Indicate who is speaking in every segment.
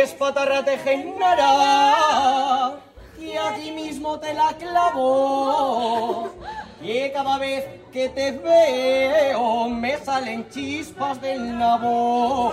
Speaker 1: Espatarra tejenara y aquí mismo te la clavo. Y cada vez que te veo me salen chispas del nabo.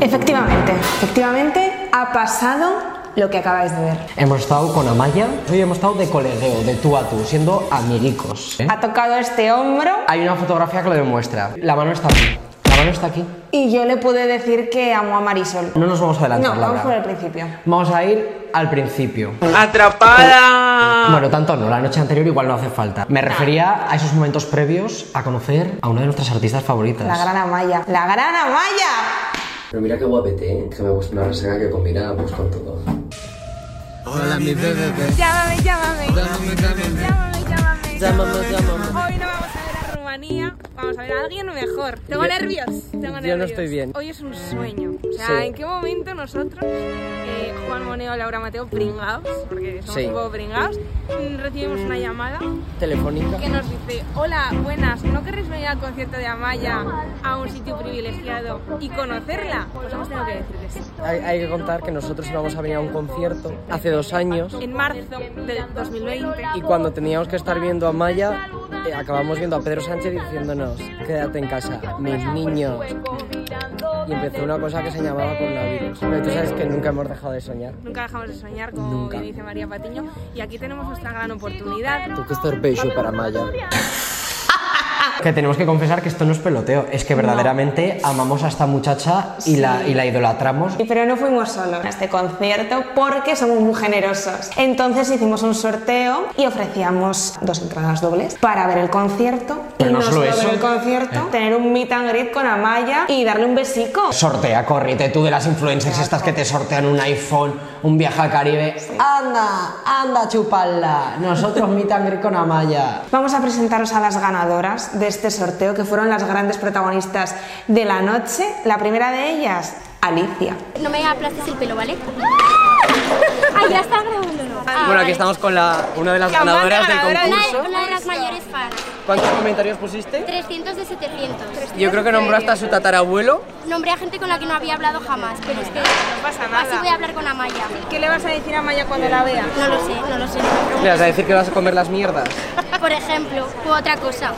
Speaker 2: Efectivamente, efectivamente ha pasado lo que acabáis de ver.
Speaker 3: Hemos estado con Amaya, hoy hemos estado de colegueo, de tú a tú, siendo amiguicos. ¿eh?
Speaker 2: Ha tocado este hombro
Speaker 3: Hay una fotografía que lo demuestra. La mano está aquí. La mano está aquí.
Speaker 2: y yo le pude decir que amo a Marisol.
Speaker 3: No nos vamos a adelantar,
Speaker 2: No, vamos
Speaker 3: Laura.
Speaker 2: por el principio.
Speaker 3: Vamos a ir al principio.
Speaker 4: ¡Atrapada!
Speaker 3: Bueno, tanto no, la noche anterior igual no hace falta. Me refería a esos momentos previos a conocer a una de nuestras artistas favoritas.
Speaker 2: La gran Amaya. ¡La gran Amaya!
Speaker 5: Pero mira qué guapete, ¿eh? que me gusta una reseña que combina pues con todo.
Speaker 6: Hola mi bebé,
Speaker 7: Llámame, llámame.
Speaker 6: Llámame, llámame.
Speaker 7: Llámame, llámame.
Speaker 4: Llámame, llámame.
Speaker 7: Hoy no vamos a ver a Rumanía, vamos a ver a alguien mejor. Tengo
Speaker 4: Yo-
Speaker 7: nervios, tengo nervios.
Speaker 4: yo no estoy bien.
Speaker 7: Hoy es un sueño. O sea,
Speaker 4: Sí.
Speaker 7: ¿en qué momento nosotros, eh, Juan Moneo, Laura Mateo, pringados, porque somos
Speaker 4: Sí.
Speaker 7: un poco pringados, mm, recibimos una llamada
Speaker 4: Telefónica.
Speaker 7: que nos dice, hola, buenas, ¿no querréis venir al concierto de Amaya a un sitio privilegiado y conocerla? Pues hemos tenido que decirles.
Speaker 4: Hay, hay que contar que nosotros íbamos a venir a un concierto hace dos años
Speaker 7: En marzo del 2020.
Speaker 4: y cuando teníamos que estar viendo a Maya, eh, acabamos viendo a Pedro Sánchez diciéndonos, quédate en casa, mis niños. Y empezó una cosa que se llamaba coronavirus. Pero tú sabes que nunca hemos dejado de soñar.
Speaker 7: Nunca dejamos de soñar, como
Speaker 4: Nunca.
Speaker 7: bien dice María Patiño, y aquí tenemos nuestra gran oportunidad.
Speaker 4: que estar bello para Maya.
Speaker 3: Que tenemos que confesar que esto no es peloteo, es que verdaderamente amamos a esta muchacha y, la, y la idolatramos.
Speaker 2: Y Pero no fuimos solos a este concierto porque somos muy generosos. Entonces hicimos un sorteo y ofrecíamos dos entradas dobles para ver el concierto.
Speaker 3: Pero
Speaker 2: y
Speaker 3: no solo eso. Eh.
Speaker 2: ver el concierto, tener un meet and greet con Amaya y darle un besico.
Speaker 3: Sortea, correte tú de las influencers estas que te sortean un iPhone, un viaje al Caribe. Anda, anda, chuparla. Nosotros meet and greet con Amaya.
Speaker 2: Vamos a presentaros a las ganadoras de este sorteo, que fueron las grandes protagonistas de la noche. La primera de ellas, Alicia.
Speaker 8: No me aplastes el pelo, ¿vale? Ah, ya está grabando, ¿no? Ah,
Speaker 4: Bueno, aquí estamos con la, una de las
Speaker 7: La más
Speaker 4: ganadoras del
Speaker 7: ganadora del
Speaker 4: concurso.
Speaker 8: Una, una de las mayores fans.
Speaker 4: ¿Cuántos comentarios pusiste?
Speaker 8: 300 de 700.
Speaker 4: Yo creo que nombró hasta a su tatarabuelo.
Speaker 8: Nombré a gente con la que no había hablado jamás, pero es que no
Speaker 7: pasa nada.
Speaker 8: Así voy a hablar con Amaya.
Speaker 7: ¿Qué le vas a decir a Maya cuando la vea?
Speaker 8: No lo sé, no lo sé.
Speaker 4: Le vas a decir que vas a comer las mierdas.
Speaker 8: Por ejemplo, u otra cosa.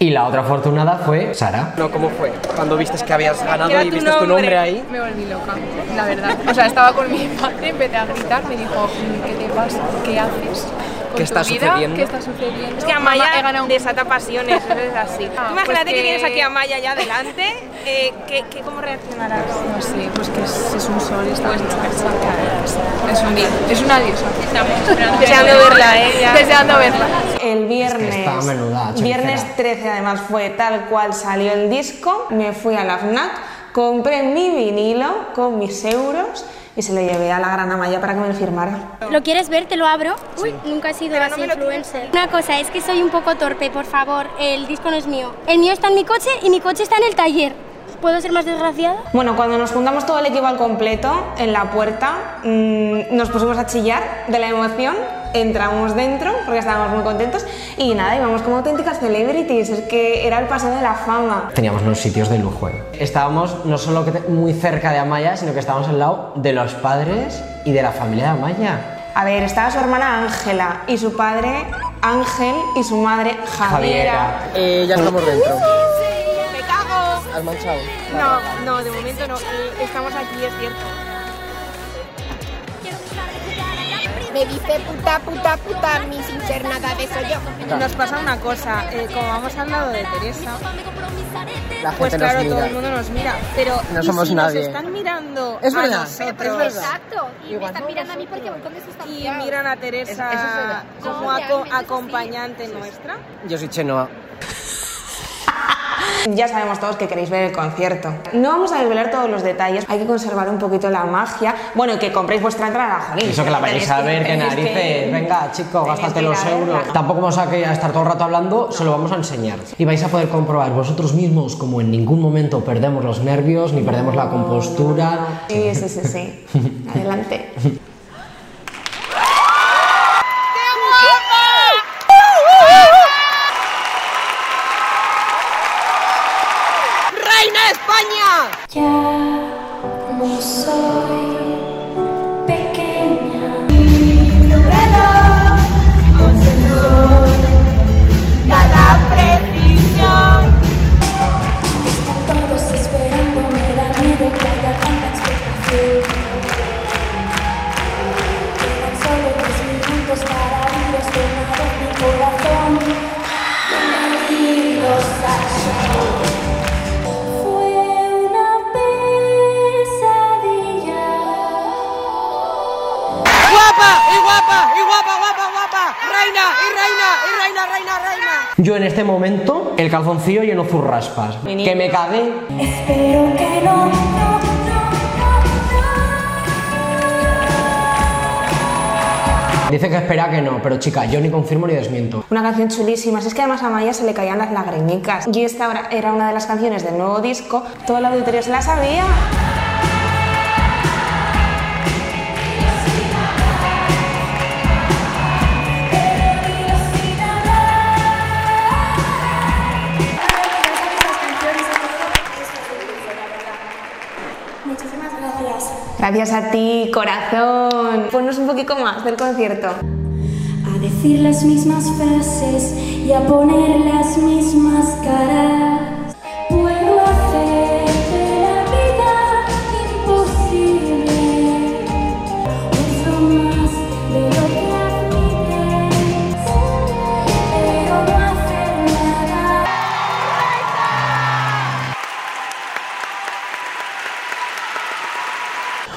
Speaker 3: Y la otra afortunada fue Sara.
Speaker 4: No, ¿cómo fue? Cuando viste que habías ganado
Speaker 7: Era
Speaker 4: y viste tu nombre ahí.
Speaker 9: Me volví loca, la verdad. O sea, estaba con mi padre, empecé a gritar, me dijo, "Mm, ¿qué te pasa? ¿Qué haces? con
Speaker 4: ¿Qué está
Speaker 9: tu vida?
Speaker 4: sucediendo?"
Speaker 9: ¿Qué está sucediendo?
Speaker 7: Es que
Speaker 9: Mamá, he
Speaker 7: Amaya
Speaker 9: ganado un-
Speaker 7: desata pasiones, eso es así.
Speaker 9: Ah,
Speaker 7: Tú imagínate
Speaker 9: pues
Speaker 7: que...
Speaker 9: que-
Speaker 7: tienes aquí a Maya ya delante, eh, ¿qué, qué, ¿cómo reaccionarás?
Speaker 9: No sé, pues que es, Pues es un sol, está en casa. Es un día, es una diosa. Estamos
Speaker 7: Deseando verla, ¿eh? Ya.
Speaker 9: Deseando verla.
Speaker 2: El viernes,
Speaker 3: estaba menuda choricera.
Speaker 2: viernes 13 además fue tal cual salió el disco, me fui a la FNAC, compré mi vinilo con mis euros y se lo llevé a la gran Amaya para que me lo firmara.
Speaker 8: ¿Lo quieres ver? Te lo abro. Uy, nunca he sido
Speaker 7: Pero no
Speaker 8: así
Speaker 7: me lo
Speaker 8: influencer. Una cosa, es que soy un poco torpe, por favor. El disco no es mío. El mío está en mi coche y mi coche está en el taller. ¿Puedo ser más desgraciada?
Speaker 2: Bueno, cuando nos juntamos todo el equipo al completo en la puerta, mm, nos pusimos a chillar de la emoción, entramos dentro porque estábamos muy contentos y nada, íbamos como auténticas celebrities, es que era el paseo de la fama.
Speaker 3: Teníamos unos sitios de lujo. ¿eh? Estábamos no solo que te- muy cerca de Amaya, sino que estábamos al lado de los padres y de la familia de Amaya.
Speaker 2: A ver, estaba su hermana Ángela y su padre Ángel y su madre Javiera.
Speaker 4: Eh, ya estamos dentro.
Speaker 7: ¡Me cago!
Speaker 4: Has manchado.
Speaker 7: No, no, de momento no. eh, Estamos aquí, es cierto.
Speaker 10: Me dice puta, puta, puta, mi internada de soy yo.
Speaker 7: Nos pasa una cosa, eh, como vamos al lado de Teresa,
Speaker 4: La gente
Speaker 7: pues claro,
Speaker 4: nos mira.
Speaker 7: todo el mundo nos mira, pero
Speaker 4: No
Speaker 7: ¿y
Speaker 4: somos
Speaker 7: si
Speaker 4: nadie.
Speaker 7: nos están mirando
Speaker 4: Es
Speaker 7: a
Speaker 4: verdad,
Speaker 7: nosotros?
Speaker 4: es verdad.
Speaker 8: Exacto. Y me están mirando a mí porque voy con mis
Speaker 7: Y miran a Teresa
Speaker 8: eso es-
Speaker 7: como
Speaker 8: No,
Speaker 7: aco-
Speaker 8: realmente es así.
Speaker 7: acompañante nuestra.
Speaker 4: Yo soy Chenoa.
Speaker 2: Ya sabemos todos que queréis ver el concierto. No vamos a desvelar todos los detalles, hay que conservar un poquito la magia. Bueno, y que compréis vuestra entrada, jolín.
Speaker 3: Eso que la vais
Speaker 2: Tenéis
Speaker 3: a ver, que
Speaker 2: tenéis
Speaker 3: narices.
Speaker 2: que-
Speaker 3: Venga, chico,
Speaker 2: tenéis
Speaker 3: gástate
Speaker 2: que ir
Speaker 3: los
Speaker 2: a verla.
Speaker 3: euros. Tampoco vamos a, que- a estar todo el rato hablando, se lo vamos a enseñar. Y vais a poder comprobar vosotros mismos como en ningún momento perdemos los nervios ni perdemos la compostura.
Speaker 2: Sí, sí, sí, sí. Adelante.
Speaker 10: ¡Reina de España!
Speaker 11: Ya no soy pequeña. cada precisión. Están todos esperando, me da miedo que haya tanta expectación. Quedan solo tres minutos para iros de una vez mi corazón. Bienvenidos a Fue una pesadilla.
Speaker 1: ¡Guapa! ¡Y guapa! ¡Y guapa, guapa, guapa! ¡Reina! ¡Y reina! ¡Y reina, reina, reina!
Speaker 3: Yo en este momento, el calzoncillo lleno de zurraspas. Que me cagué.
Speaker 11: Espero que no, no, no,
Speaker 3: Dice que espera que no, pero chica, yo ni confirmo ni desmiento.
Speaker 2: Una canción chulísima. Si es que además a Maya se le caían las lagrimitas. Y esta ahora era una de las canciones del nuevo disco. Todo el auditorio se la sabía.
Speaker 11: Muchísimas gracias.
Speaker 2: Gracias a ti, corazón. Ponnos un poquito más del concierto.
Speaker 11: A decir las mismas frases y a poner las mismas caras. Puedo hacerte la vida imposible. Uso más de lo que admites, pero no hacer nada.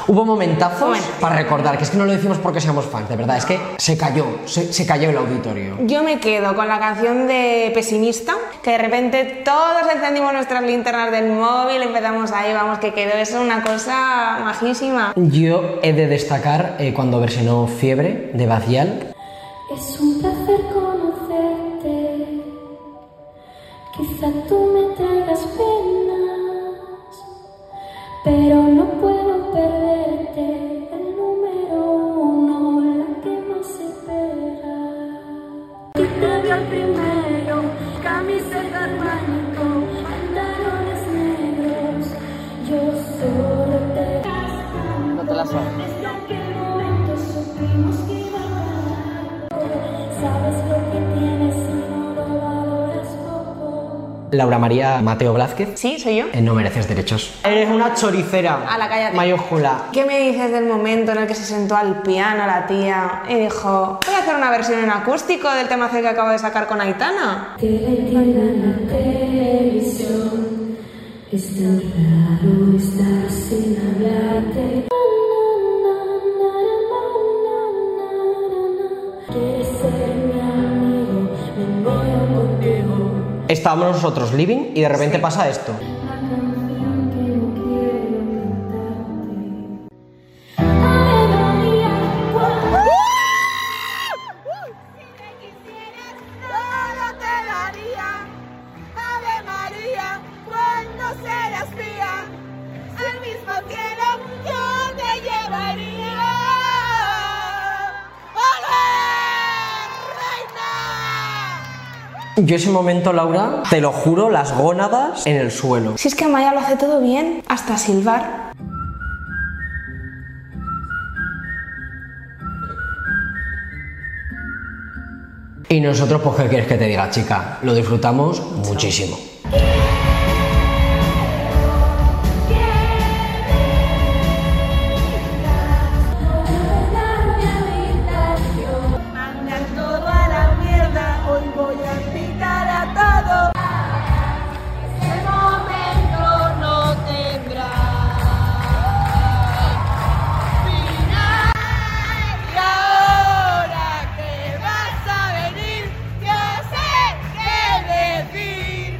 Speaker 3: Hubo momentazos para recordar, que es que no lo decimos porque seamos fans, de verdad, es que se cayó, se, se cayó el auditorio.
Speaker 2: Yo me quedo con la canción de Pesimista, que de repente todos encendimos nuestras linternas del móvil, empezamos ahí, vamos, que quedó eso una cosa majísima.
Speaker 3: Yo he de destacar eh, cuando versionó Fiebre de Bacial.
Speaker 11: Es un placer conocerte. Quizá tú me traigas penas, pero no puedo perderte. El número uno, la que más se pega. Tú te vio el primero, camiseta blanco, pantalones negros. Yo solo te
Speaker 4: No te la sabes.
Speaker 11: desde aquel momento supimos que iba a acabar. Sabes lo que tienes y no lo valoras poco.
Speaker 3: Laura María Mateo Blázquez.
Speaker 2: Sí, soy yo.
Speaker 3: no mereces derechos. Eres una choricera.
Speaker 2: A la cállate.
Speaker 3: Mayúscula.
Speaker 2: ¿Qué me dices del momento en el que se sentó al piano la tía y dijo, voy a hacer una versión en acústico del tema que acabo de sacar con Aitana?
Speaker 11: Te la entiendan la televisión. Es tan raro estar sin hablarte. Quieres ser mi amigo, me enrollo contigo.
Speaker 3: Estábamos nosotros living y de repente pasa esto.
Speaker 11: La canción que no quiero cantarte. Aleluya, cuando
Speaker 10: Todo te daría, Ave María, cuando serás mía, al mismo cielo yo te llevaría.
Speaker 3: Yo ese momento, Laura, te lo juro, las gónadas en el suelo.
Speaker 2: Si es que Amaya lo hace todo bien, hasta silbar.
Speaker 3: Y nosotros, pues, ¿qué quieres que te diga, chica? Lo disfrutamos muchísimo.
Speaker 11: darme habitación.
Speaker 10: Manda todo a la mierda, hoy voy a invitar a todo. Ese momento no tendrá final. Y ahora que vas a venir, yo sé qué decir.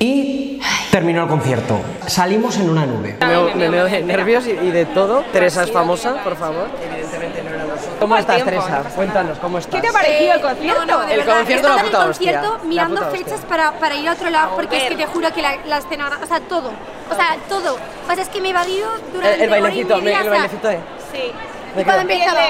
Speaker 3: Y terminó el concierto. Salimos en una nube.
Speaker 4: Me, me meo de nervios y, y de todo. Teresa es famosa, por favor. Evidentemente no era ¿Cómo
Speaker 7: Por
Speaker 4: estás,
Speaker 7: tiempo,
Speaker 4: Teresa? Cuéntanos, ¿cómo estás?
Speaker 7: ¿Qué te ha parecido el concierto?
Speaker 8: No, no, de
Speaker 4: El
Speaker 8: verdad,
Speaker 4: concierto,
Speaker 8: he estado
Speaker 4: la
Speaker 8: en el
Speaker 4: puta
Speaker 8: concierto
Speaker 4: hostia, la
Speaker 8: mirando
Speaker 4: puta
Speaker 8: fechas
Speaker 4: hostia.
Speaker 8: para, para ir a otro lado, porque es que te juro que la, la escena, o sea, todo, o sea, todo. O sea, es que me he evadido durante
Speaker 4: El, el
Speaker 8: hora y
Speaker 4: bailecito, me-
Speaker 8: media,
Speaker 4: el
Speaker 8: o sea,
Speaker 4: bailecito de...
Speaker 7: Sí.
Speaker 4: Me
Speaker 8: Y cuando
Speaker 4: quedo.
Speaker 8: empezaba,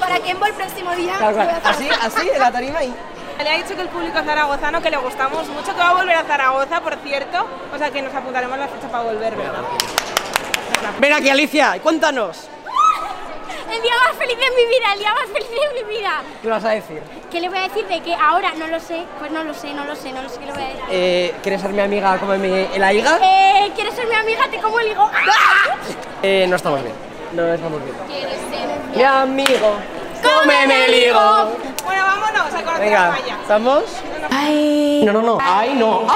Speaker 7: Para que el próximo día.
Speaker 4: Tal cual. Así, así, en la tarima y...
Speaker 7: Le ha dicho que el público zaragozano que le gustamos mucho, que va a volver a Zaragoza, por cierto. O sea que nos apuntaremos la fecha para volver, ¿verdad?
Speaker 4: Ven aquí, Alicia, cuéntanos.
Speaker 8: el día más feliz de mi vida, el día más feliz de mi vida.
Speaker 4: ¿Qué vas a decir?
Speaker 8: ¿Qué le voy a decir de que ahora no lo sé? Pues no lo sé, no lo sé, no lo sé qué le voy a decir.
Speaker 4: Eh, ¿Quieres ser mi amiga como mi, la higa?
Speaker 8: Eh, ¿Quieres ser mi amiga? Te como el higo.
Speaker 3: ¡Ah!
Speaker 4: Eh, no estamos bien. No estamos bien.
Speaker 8: ¿Quieres ser
Speaker 4: Mi amigo, cómeme el higo.
Speaker 7: Bueno, vámonos a conocer a
Speaker 4: Venga,
Speaker 7: Maya.
Speaker 4: ¿estamos?
Speaker 3: No, no, no. Ay, no. ¡Ah!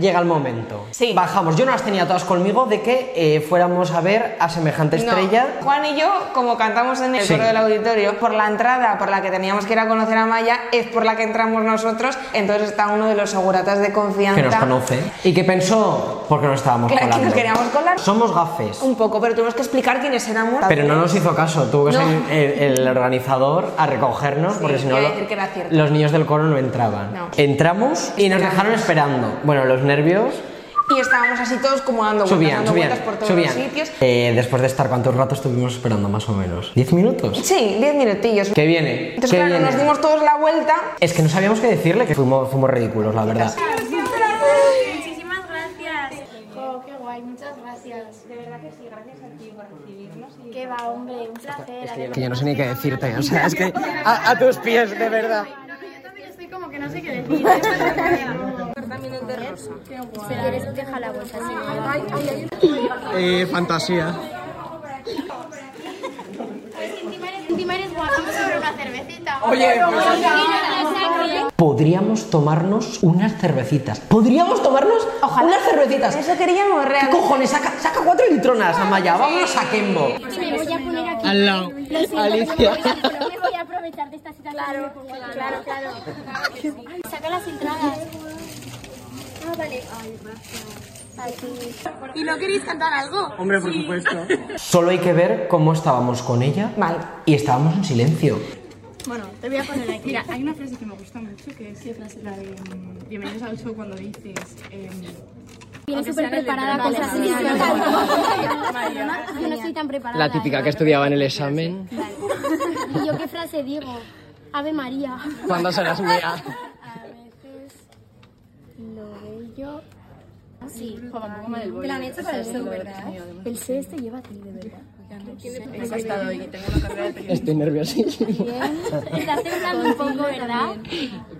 Speaker 3: Llega el momento. Bajamos. Yo no las tenía todas conmigo de que eh, fuéramos a ver a semejante
Speaker 2: No.
Speaker 3: estrella.
Speaker 2: Juan y yo, como cantamos en el
Speaker 3: Sí.
Speaker 2: coro del auditorio, por la entrada por la que teníamos que ir a conocer a Maya, es por la que entramos nosotros, entonces está uno de los seguratas de confianza.
Speaker 3: Que nos conoce. Y que pensó porque no estábamos
Speaker 2: Claro, que
Speaker 3: colando.
Speaker 2: nos queríamos colar.
Speaker 3: Somos gafes.
Speaker 2: Un poco, pero tuvimos que explicar quiénes éramos.
Speaker 3: Pero no nos hizo caso, tuvo que
Speaker 2: No.
Speaker 3: salir el, el organizador a recogernos,
Speaker 2: Sí,
Speaker 3: porque si no
Speaker 2: iba a
Speaker 3: lo-
Speaker 2: decir que era cierto.
Speaker 3: los niños del coro no entraban.
Speaker 2: No.
Speaker 3: Entramos y nos dejaron esperando. Bueno, los nervios
Speaker 2: Y estábamos así todos como dando vueltas,
Speaker 3: subían,
Speaker 2: dando
Speaker 3: subían,
Speaker 2: vueltas por todos
Speaker 3: subían.
Speaker 2: los sitios.
Speaker 3: Eh, después de estar, ¿cuántos ratos estuvimos esperando más o menos? ¿10 minutos?
Speaker 2: Sí, 10 minutillos.
Speaker 3: ¿Qué viene?
Speaker 2: Entonces,
Speaker 3: ¿Qué
Speaker 2: claro,
Speaker 3: viene?
Speaker 2: nos dimos todos la vuelta.
Speaker 3: Es que no sabíamos qué decirle, que fuimos, fuimos ridículos, la verdad.
Speaker 11: Muchísimas gracias. Oh, qué guay, muchas gracias. De verdad que sí, gracias a ti por recibirnos. Qué va, hombre, un placer.
Speaker 3: Que yo no sé ni qué decirte, o sea, es que a, a tus pies, de verdad.
Speaker 11: Estoy como que no sé qué decir.
Speaker 7: También es de rosa.
Speaker 8: ¿Quieres deja la bolsa?
Speaker 6: Eh, fantasía.
Speaker 8: Encima eres guapo, vamos a beber una cervecita.
Speaker 3: Oye, pues- Podríamos tomarnos unas cervecitas. Podríamos tomarnos unas cervecitas.
Speaker 2: Eso queríamos realmente.
Speaker 3: ¿Qué cojones? Saca, saca cuatro litronas, Amaya. Vámonos a Kembo.
Speaker 8: Me voy a poner aquí.
Speaker 3: Al lado.
Speaker 8: Lo siento,
Speaker 3: Alicia.
Speaker 8: pero me voy a- pero me voy a aprovechar de esta situación. Claro, claro, claro. Saca las entradas. Ah, vale.
Speaker 7: ¿Y no queréis cantar algo?
Speaker 3: Hombre, por supuesto. Solo hay que ver cómo estábamos con ella.
Speaker 2: Mal.
Speaker 3: Y estábamos en silencio.
Speaker 12: Bueno, te voy a poner aquí. Mira, hay una frase que me gusta mucho que es la de mm, Bienvenidos al show cuando dices. em,
Speaker 8: Viene súper preparada con
Speaker 12: cosas
Speaker 8: esas
Speaker 12: así.
Speaker 8: Yo no estoy tan preparada.
Speaker 4: La típica que estudiaba en el examen.
Speaker 8: ¿Y yo qué frase digo? Ave María.
Speaker 4: Cuando se las mira.
Speaker 8: Lo bello. Sí.
Speaker 12: Te
Speaker 8: la han hecho para el show, ¿verdad? El show este lleva a ti, de verdad.
Speaker 12: He estado hoy, tengo una carrera de periodismo.
Speaker 4: Estoy nerviosísimo.
Speaker 8: Estás temblando un poco, ¿verdad?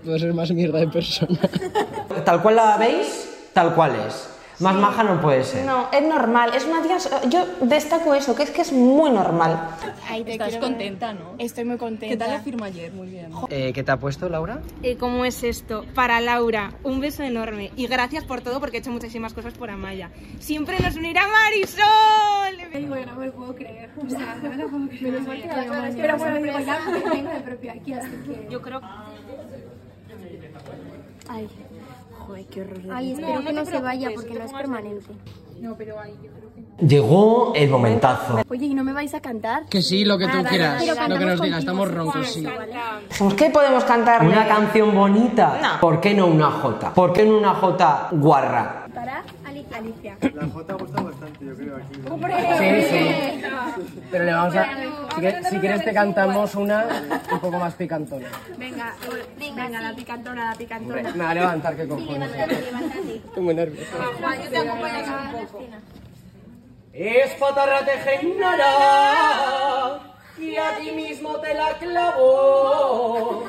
Speaker 4: Puedo ser más mierda de persona.
Speaker 3: Tal cual la veis, tal cual es. Más maja no puede ser.
Speaker 2: No, es normal. Es una tía. Yo destaco eso, que es que es muy normal.
Speaker 12: Estás contenta, ¿no? Estoy muy contenta. ¿Qué tal la firma ayer? Muy bien.
Speaker 3: ¿Qué te ha puesto, Laura?
Speaker 7: Eh, ¿Cómo es esto? Para Laura, un beso enorme y gracias por todo porque he hecho muchísimas cosas por Amaya. Siempre nos unirá Marisol.
Speaker 12: bueno, no me lo puedo creer. O sea, no me lo puedo creer.
Speaker 7: Menos mal que la
Speaker 12: Pero
Speaker 7: llevamos.
Speaker 12: bueno,
Speaker 8: pues
Speaker 12: pero ya me tengo de propio aquí, así que...
Speaker 7: Yo creo
Speaker 8: Ay,
Speaker 12: Joder, qué horror.
Speaker 8: ay espero que no se vaya porque no es permanente.
Speaker 12: No, pero ahí yo creo que...
Speaker 3: Llegó el momentazo.
Speaker 8: Oye, ¿y no me vais a cantar?
Speaker 3: Que sí, lo que tú quieras,
Speaker 8: pero
Speaker 3: lo que nos digas,
Speaker 8: cantamos contigo,
Speaker 3: estamos roncos, sí.
Speaker 8: ¿vale?
Speaker 2: Dijimos, ¿qué podemos cantarle?
Speaker 3: Una canción bonita. ¿Por qué no una J? ¿Por qué no una J guarra?
Speaker 8: Para Alicia. Alicia.
Speaker 6: La J gusta bastante, yo creo, aquí.
Speaker 4: Sí, Pero le vamos a... Si, que- si quieres te cantamos una un poco más picantona.
Speaker 12: Venga, venga, la picantona, la
Speaker 4: Hombre,
Speaker 12: picantona.
Speaker 4: Me va a levantar, que cojones. Estoy muy nervioso.
Speaker 12: Juan, yo te acompaño un poco.
Speaker 1: Es patarra te genara y a ti mismo te la clavo.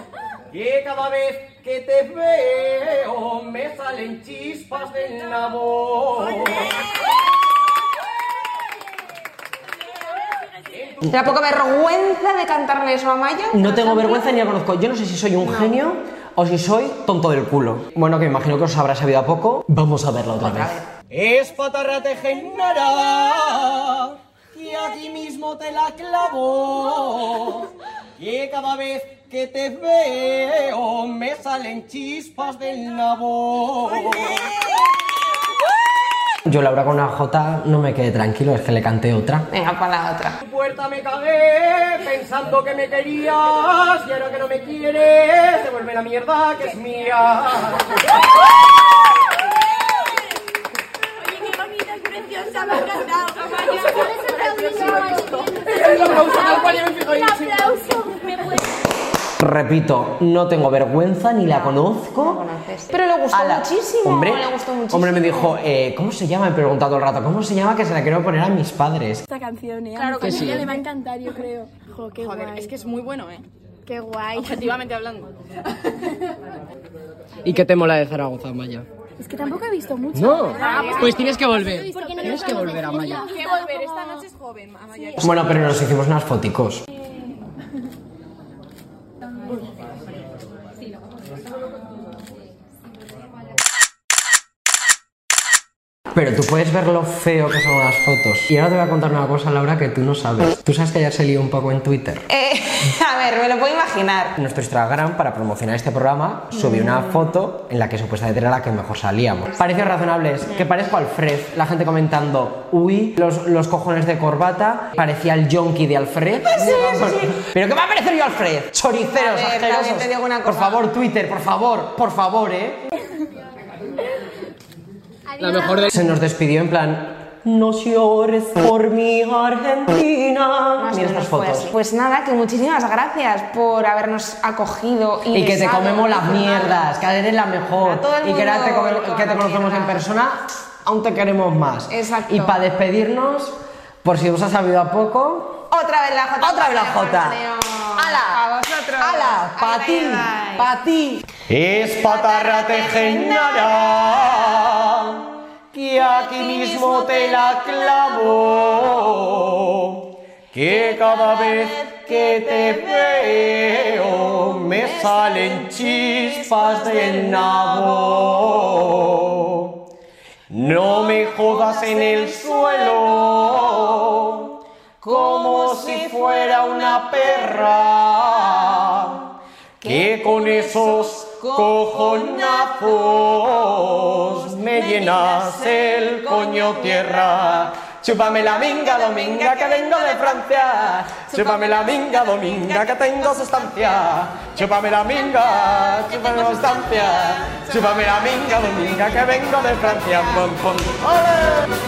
Speaker 1: Que cada vez que te veo me salen chispas del nabo.
Speaker 2: ¿Te da poca vergüenza de cantarle eso a Maya?
Speaker 3: No tengo vergüenza ni la conozco. Yo no sé si soy un genio o si soy tonto del culo. Bueno, que me imagino que os habrá sabido a poco. Vamos a verla otra, vez.
Speaker 1: Es patarra te genara y a ti mismo te la clavo. que cada vez que te veo me salen chispas del nabo.
Speaker 3: Yo Laura con una J no me quedé tranquilo, es que le canté otra.
Speaker 2: Venga, para la otra.
Speaker 1: Tu puerta me cagué pensando que me querías y ahora que no me quieres devuelve la mierda que es mía.
Speaker 10: Preciosa, me ha encantado.
Speaker 3: Repito, no tengo vergüenza, ni la conozco.
Speaker 2: Pero le gustó muchísimo.
Speaker 3: Hombre,
Speaker 2: le gustó muchísimo.
Speaker 3: hombre me dijo, eh, ¿cómo se llama? Me preguntó todo el rato, ¿cómo se llama? Que se la quiero poner a mis padres.
Speaker 13: Esta canción, ¿eh?
Speaker 3: Claro,
Speaker 13: a
Speaker 3: que
Speaker 13: mi
Speaker 3: sí.
Speaker 13: familia le va a encantar, yo creo. Jo, qué
Speaker 12: Joder,
Speaker 13: guay.
Speaker 12: es que es muy bueno, ¿eh?
Speaker 13: Qué guay.
Speaker 12: Objetivamente hablando.
Speaker 4: ¿Y qué te mola de Zaragoza, Amaya?
Speaker 13: Es que tampoco he visto mucho.
Speaker 4: No,
Speaker 13: Ah,
Speaker 4: pues tienes que volver.
Speaker 13: ¿Por qué no
Speaker 4: Tienes
Speaker 13: me
Speaker 4: que
Speaker 13: lo
Speaker 4: volver,
Speaker 13: decía?
Speaker 4: Amaya.
Speaker 12: Que volver, esta noche es joven, Amaya.
Speaker 3: Bueno, pero nos hicimos unas foticos. Pero tú puedes ver lo feo que son las fotos. Y ahora te voy a contar una cosa, Laura, que tú no sabes. Tú sabes que ya se lió un poco en Twitter.
Speaker 2: Eh, a ver, me lo puedo imaginar.
Speaker 3: Nuestro Instagram, para promocionar este programa, subí una
Speaker 2: Mm.
Speaker 3: foto en la que supuestamente era la que mejor salíamos. Parece razonable, es que parezco Alfred. La gente comentando, uy, los, los cojones de corbata, parecía el yonki de Alfred.
Speaker 2: Ah,
Speaker 3: Pero ¿qué va a parecer yo Alfred? Choriceros,
Speaker 2: A ver, también
Speaker 3: asquerosos.
Speaker 2: te digo una
Speaker 3: Por favor, Twitter, por favor, por favor, ¿eh?
Speaker 4: La mejor de...
Speaker 3: Se nos despidió en plan... No llores por mi Argentina.
Speaker 2: Más o
Speaker 3: Mira estas
Speaker 2: menos fue
Speaker 3: fotos.
Speaker 2: así. Pues nada, que muchísimas gracias por habernos acogido y,
Speaker 3: Y que te
Speaker 2: besado.
Speaker 3: comemos las mierdas, que eres la mejor.
Speaker 2: A todo el
Speaker 3: Y que
Speaker 2: mundo
Speaker 3: ahora te, come-
Speaker 2: le come
Speaker 3: que te
Speaker 2: las
Speaker 3: conocemos en
Speaker 2: mierdas.
Speaker 3: persona, aún te queremos más.
Speaker 2: Exacto.
Speaker 3: Y para despedirnos, por si os ha sabido a poco,
Speaker 2: Otra vez la J.
Speaker 3: Otra vez la Jota.
Speaker 2: ¡Hala! A vosotros. ¡Hala!
Speaker 3: pa' ti, pa' ti.
Speaker 1: Es patarra tejenara que aquí mismo te la clavo. Que cada vez que te veo me salen chispas del nabo. No me jodas en el suelo como si fuera una perra que con esos cojonazos me llenas el coño tierra. Chúpame la minga dominga que vengo de Francia. Chúpame la minga dominga que tengo sustancia. Chúpame la minga, chúpame la sustancia. Chúpame la minga dominga que vengo de Francia. Pom, pom. ¡Ole!